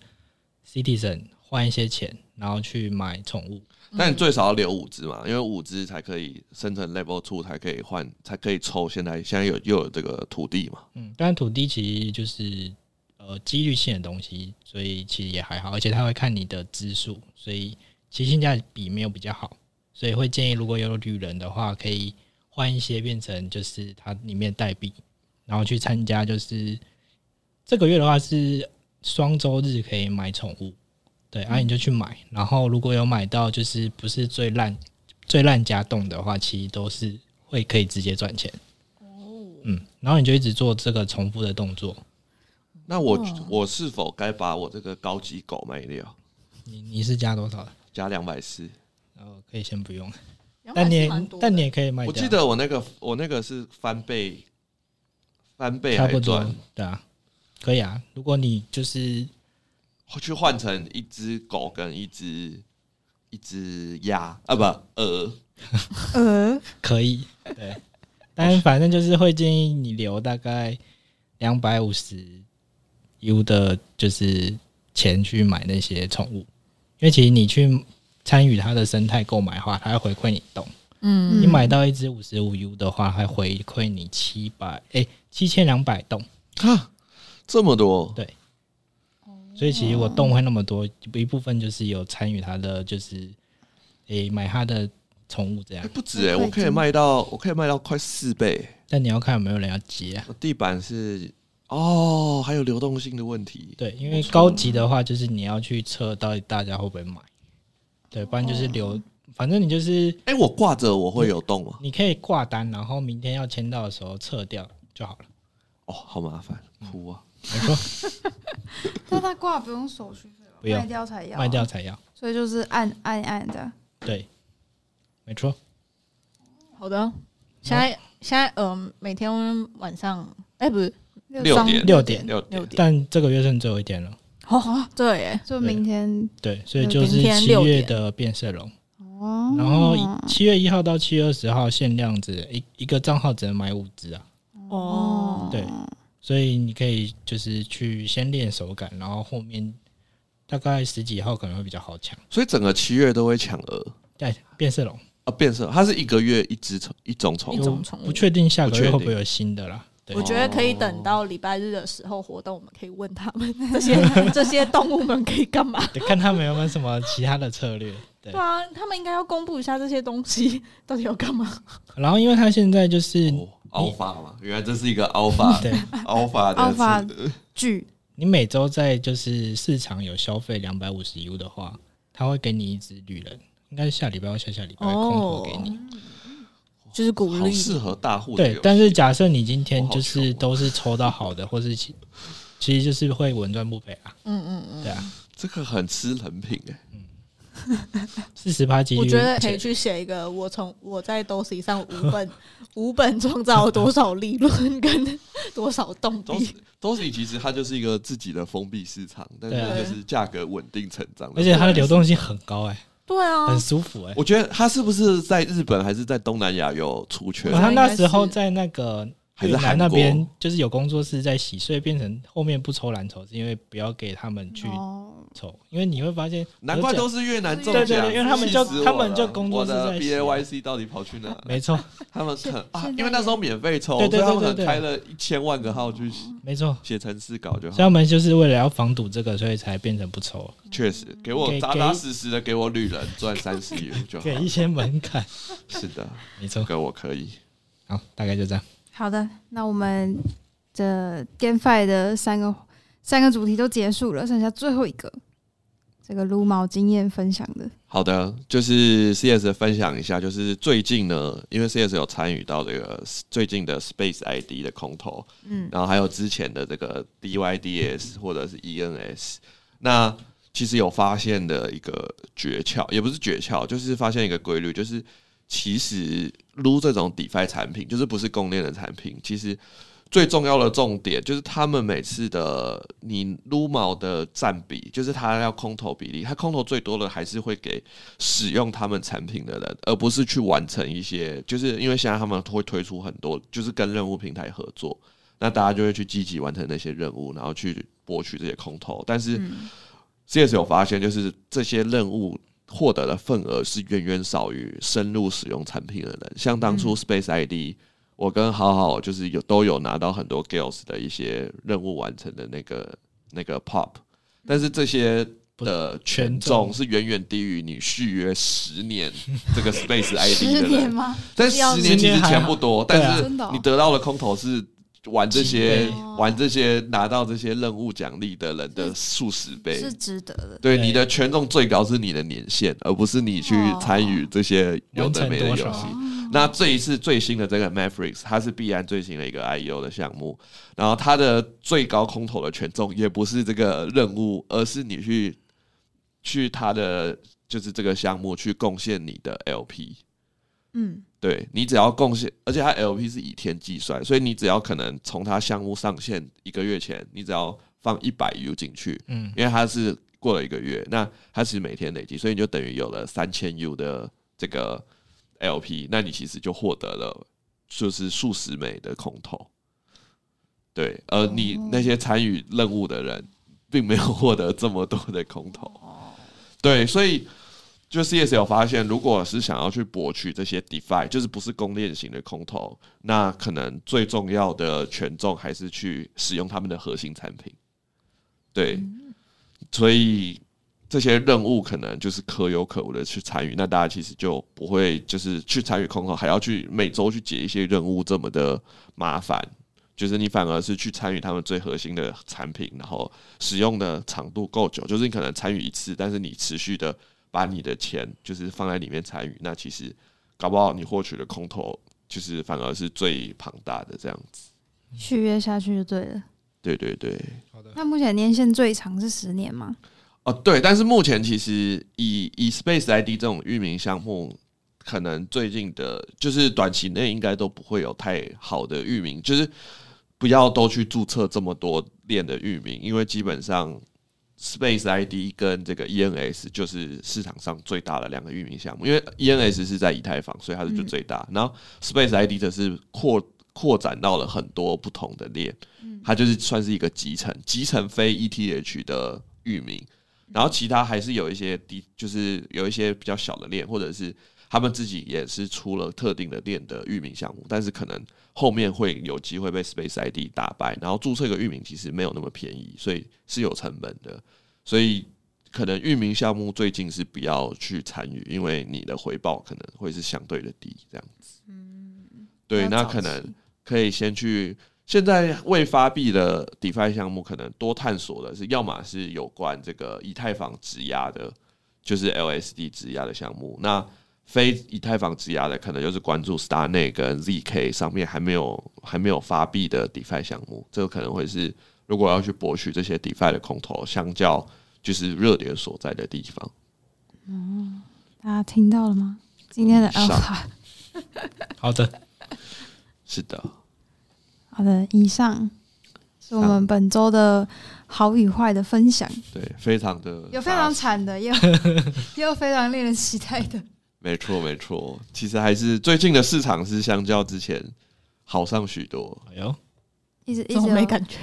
B: Citizen 换一些钱，然后去买宠物。
C: 但你最少要留五只嘛，因为五只才可以生成 Level Two，才可以换，才可以抽。现在现在有又有这个土地嘛，
B: 嗯，但土地其实就是呃几率性的东西，所以其实也还好，而且它会看你的支数，所以其实性价比没有比较好，所以会建议如果有旅人的话，可以换一些变成就是它里面代币，然后去参加就是这个月的话是双周日可以买宠物，对，啊你就去买，然后如果有买到就是不是最烂最烂加冻的话，其实都是会可以直接赚钱。嗯，然后你就一直做这个重复的动作。
C: 那我、我是否该把我这个高级狗卖掉，
B: 你你是加多少的？
C: 加两百四？
B: 哦，可以先不用，
D: 两百
B: 但你
D: 是
B: 也
D: 蛮多的
B: 但你也可以卖掉。
C: 我记得我那个我那个是翻倍，翻倍
B: 差
C: 还
B: 不
C: 赚
B: 多，，对啊，可以啊。如果你就是
C: 去换成一只狗跟一只一只鸭啊，不鹅。
A: 呃，
B: 可 以，对，但反正就是会建议你留大概两百五十 U 的，就是钱去买那些宠物，因为其实你去参与它的生态购买的话，它会回馈你动。
D: 嗯
B: 你买到一只五十五 U 的话，还回馈你七百，哎，七千两百动。
C: 哈，这么多
B: 对所以其实我动会那么多，一部分就是有参与他的，就是诶、买他的宠物这样
C: 哎。不止哎、
A: 很快
C: 我可以
A: 进
C: 卖到，我可以卖到快四倍。
B: 但你要看有没有人要接啊。
C: 我地板是哦，还有流动性的问题。
B: 对，因为高级的话，就是你要去测到底大家会不会买，对，不然就是留，反正你就是
C: 哎、我挂着我会有洞吗？
B: 你可以挂单，然后明天要签到的时候撤掉就好了。
C: 哦，好麻烦，哭啊！
B: 没错，
A: 但它挂不用手续费吧
B: 不用
A: 卖掉才要啊，
B: 卖掉才要。
A: 所以就是按按按的，
B: 对，没错。
D: 好的，现在现在嗯，每天晚上哎不是
C: 六
D: 上
C: 点
B: 六点
C: 六
D: 六点，
B: 但这个月剩最后一天了，
D: 好好对耶，
A: 就明天
B: 对，所以就是
D: 明天
B: 七
D: 六
B: 月
D: 点
B: 的变色龙。
A: 哦，
B: 然后
D: 嗯
B: 七月一号到七月二十号限量只一一个账号只能买五只啊，
D: 哦，
B: 对，所以你可以就是去先练手感，然后后面大概十几号可能会比较好抢。
C: 所以整个七月都会抢鹅
B: 但变色龙，
C: 啊，变色。它是一个月一只宠一种哦宠
D: 一
C: 物
D: 种宠物
B: 不确定下
C: 不
B: 个
C: 确
B: 月
C: 定
B: 会不会有新的啦。对
D: 我，觉得可以等到礼拜日的时候活动，我们可以问他 们这些这些动物们可以干嘛？
B: 得看他们有没有什么其他的策略。对
D: 对，啊，他们应该要公布一下这些东西到底要干嘛。
B: 然后因为它现在就是
C: 哦，alpha 嘛，原来这是一个 alpha
B: 对
C: alpha 的
A: 奥法
C: 是
A: 剧
B: 你每周在就是市场有消费两百五十 U 的话，他会给你一只旅人，应该是下礼拜或下下礼拜会
D: 哦
B: 空投给你。
D: 就是鼓
C: 好适合大户的游
B: 对
C: 戏，
B: 但是假设你今天
C: 我好
B: 就是
C: 穷哦
B: 都是抽到好的，或是其其实就是会稳赚不赔啊，
D: 嗯嗯嗯，
B: 对啊，
C: 这个很吃人品 哎、
B: 四十趴几率，
D: 我觉得可以去写一个，我从我在 Dosi 上五本五本创造了多少利润跟 多少动
C: 都
D: 力
C: 是，都是其实它就是一个自己的封闭市场，但是
B: 对啊
C: 就是价格稳定成长，
B: 而且它的流。动性很高哎、
D: 对啊，
B: 很舒服哎、
C: 我觉得它是不是在日本还是在东南亚有出圈
B: 然？后
D: 应该
B: 哦那时候
D: 是
B: 在那个
C: 还是
B: 越南
C: 韩国
B: 那边就是有工作室在洗，所以变成后面不抽蓝筹，是因为不要给他们去
A: 哦，
B: 抽，因为你会发现
C: 难怪都
B: 是
C: 是越南中
B: 对
C: 奖，
B: 对对因为他们就
C: 气死我了
B: 他们就工
C: 我
B: 作是
C: 的
B: 在
C: B
B: 洗
C: A
B: 啊
C: Y C 到底跑去哪？
B: 没错
C: 他们可能啊
A: 现，在
C: 因为那时候免费抽，
B: 对对对
C: 所以他们可能
B: 对对
C: 开了一千万个号去
B: 没错，
C: 写程式稿就
B: 所以
C: 好。
B: 他们就是为了要防堵这个，所以才变成不抽，
C: 确实，给我
B: 给
C: 扎扎实实的给我旅人赚三十元就好
B: 给。一些门槛，
C: 是的，
B: 没错。
C: 哥我可以。
B: 好，大概就这样。
A: 好的，那我们的 GameFi 的三个三个主题都结束了，剩下最后一个，这个撸毛经验分享的，
C: 好的，就是 CS 分享一下，就是最近呢，因为 CS 有参与到这个最近的 Space ID 的空投，
D: 嗯，
C: 然后还有之前的这个 DYDS 或者是 ENS，那其实有发现的一个诀窍，也不是诀窍，就是发现一个规律，就是其实撸这种 DeFi 产品，就是不是供链的产品，其实最重要的重点就是他们每次的你撸毛的占比，就是他要空投比例，他空投最多的还是会给使用他们产品的人，而不是去完成一些，就是因为现在他们会推出很多，就是跟任务平台合作。那大家就会去积极完成那些任务，然后去博取这些空投。但是
D: 嗯
C: CS 有发现，就是这些任务获得的份额是远远少于深入使用产品的人。像当
D: 嗯
C: 初 Space ID，、我跟好好就是有都有拿到很多 Gales 的一些任务完成的那个那个 Pop，但是这些。的权重是远远低于你续约十年这 个 Space ID
D: 十
C: 的
D: 年
C: 人，
D: 吗？
C: 但十年其实钱不多，
B: 还好啊
C: 但是
A: 真的哦
C: 你得到的空投是玩这
B: 几
C: 些
B: 倍
C: 玩这些拿到这些任务奖励的人的数十倍。
E: 是值得的。
C: 对，
B: 对
C: 你的权重最高是你的年限，而不是你去参与这些有的没的游
B: 哦完成多
C: 戏
B: 少。
C: 那这一次最新的这个 Mavericks，它是必然最新的一个 IEO 的项目，然后它的最高空投的权重也不是这个任务，而是你去去它的就是这个项目去贡献你的 LP。
A: 嗯，
C: 对你只要贡献，而且它 LP 是以天计算，所以你只要可能从它项目上线一个月前，你只要放一百 U 进去，
B: 嗯，
C: 因为它是过了一个月，那它其实每天累积，所以你就等于有了三千 U 的这个 LP，那你其实就获得了就是数十枚的空投。对，而你那些参与任务的人，并没有获得这么多的空投。对，所以就 CS 有发现，如果是想要去博取这些 DeFi，就是不是公链型的空投，那可能最重要的权重还是去使用他们的核心产品。对，所以这些任务可能就是可有可无的去参与，那大家其实就不会就是去参与空投，还要去每周去解一些任务这么的麻烦。就是你反而是去参与他们最核心的产品，然后使用的长度够久，就是你可能参与一次，但是你持续的把你的钱就是放在里面参与，那其实搞不好你获取的空投就是反而是最庞大的这样子。
A: 续约下去就对了。
C: 对对对，
B: 好的，
A: 那目前年限最长是十年吗？
C: 哦对，但是目前其实以以 Space ID 这种域名项目，可能最近的就是短期内应该都不会有太好的域名，就是不要都去注册这么多链的域名，因为基本上 Space ID 跟这个 ENS 就是市场上最大的两个域名项目，因为 ENS 是在以太坊，所以它是就最大。然后 Space ID 则是扩扩展到了很多不同的链，它就是算是一个集成集成非 ETH 的域名。然后其他还是有一些低，就是有一些比较小的链，或者是他们自己也是出了特定的链的域名项目，但是可能后面会有机会被 Space ID 打败。然后注册一个域名其实没有那么便宜，所以是有成本的。所以可能域名项目最近是不要去参与，因为你的回报可能会是相对的低，这样子。对，
A: 要
C: 那
A: 早
C: 可能
A: 期
C: 可以先去。现在未发币的 DeFi 项目，可能多探索的是，要么是有关这个以太坊质押的，就是 LSD 质押的项目；那非以太坊质押的，可能就是关注 StarNet 跟 ZK 上面还没有还没有发币的 DeFi 项目，这个可能会是如果要去博取这些 DeFi 的空投，相较就是热点所在的地方。
A: 大家听到了吗？今天的哦
C: 以上
A: Alpha，
B: 好的，
C: 是的，
A: 好的，以上是我们本周的好与坏的分享，
C: 对，非常的
A: 有非常
C: 长，
A: 惨的，也有 也有非常令人期待的。
C: 没错没错。其实还是最近的市场是相较之前好上许多。
B: 哎呦，
A: 一直一直
D: 怎么
A: 有
D: 没感觉？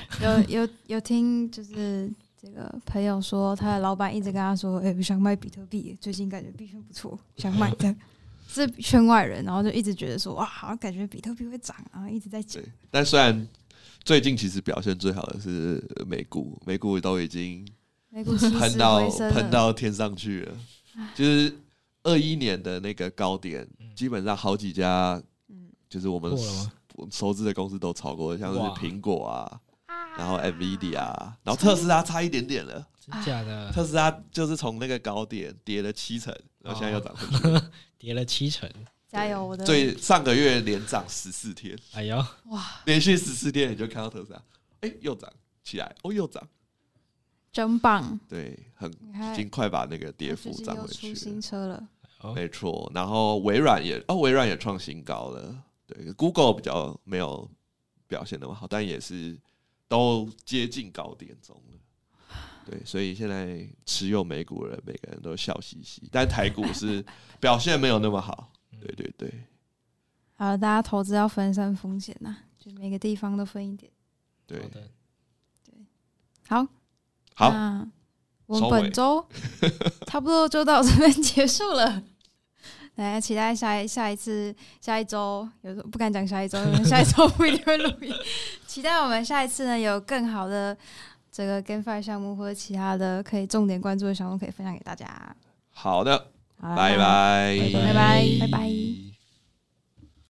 A: 有有有听，就是这个朋友说，他的老板一直跟他说：“哎、我想买比特币，最近感觉币圈不 错，想买的。”是圈外人，然后就一直觉得说：“哇，好像感觉比特币会涨啊！”一直在讲
C: 对，，但虽然最近其实表现最好的是美股，美股都已经
A: 美股起
C: 喷
A: 死
C: 到
A: 回生
C: 喷
A: 了。
C: 到天上去了，就是二一年的那个高点，基本上好几家，
A: 嗯
C: 就是我们
B: 嗯过了吗
C: 我们熟知的公司都超过，像是
B: 哇
C: 苹果啊，然后 NVIDIA，啊然后特斯拉差一点点了，
B: 真假的
C: 特斯拉就是从那个高点跌了七成，然后现在又涨回去，
B: 跌了七成，
A: 加油，我的
C: 最上个月连涨十四天，
B: 哎呦，
C: 连续十四天你就看到特斯拉，哎，又涨起来，哦，又涨，
A: 真棒！
C: 对，很
A: 你
C: 已
A: 看，
C: 经快把那个跌
A: 他
C: 幅
A: 哎最近
C: 涨
A: 又
C: 回
A: 出
C: 去了
A: 新。车了，
B: 哦
C: 没错，然后微软也哦，微软也创新高了。对，Google 比较没有表现那么好，但也是都接近高点中了。对，所以现在持有美股的人每个人都笑嘻嘻，但台股 是表现没有那么好。对对对，
A: 好了，大家投资要分散风险呐、就每个地方都分一点。
C: 对，
B: 好的，
A: 好，
C: 好，
A: 那我
C: 收
A: 们
C: 尾
A: 本 周差不多就到这边结束了。来，期待下一下一次下一周，有时候不敢讲下一周，因为下一周不一定会录音。期待我们下一次呢有更好的这个 GameFi 项目或者其他的可以重点关注的项目可以分享给大家。
C: 好的，
A: 好啦
C: 拜，拜，
A: 拜拜拜拜。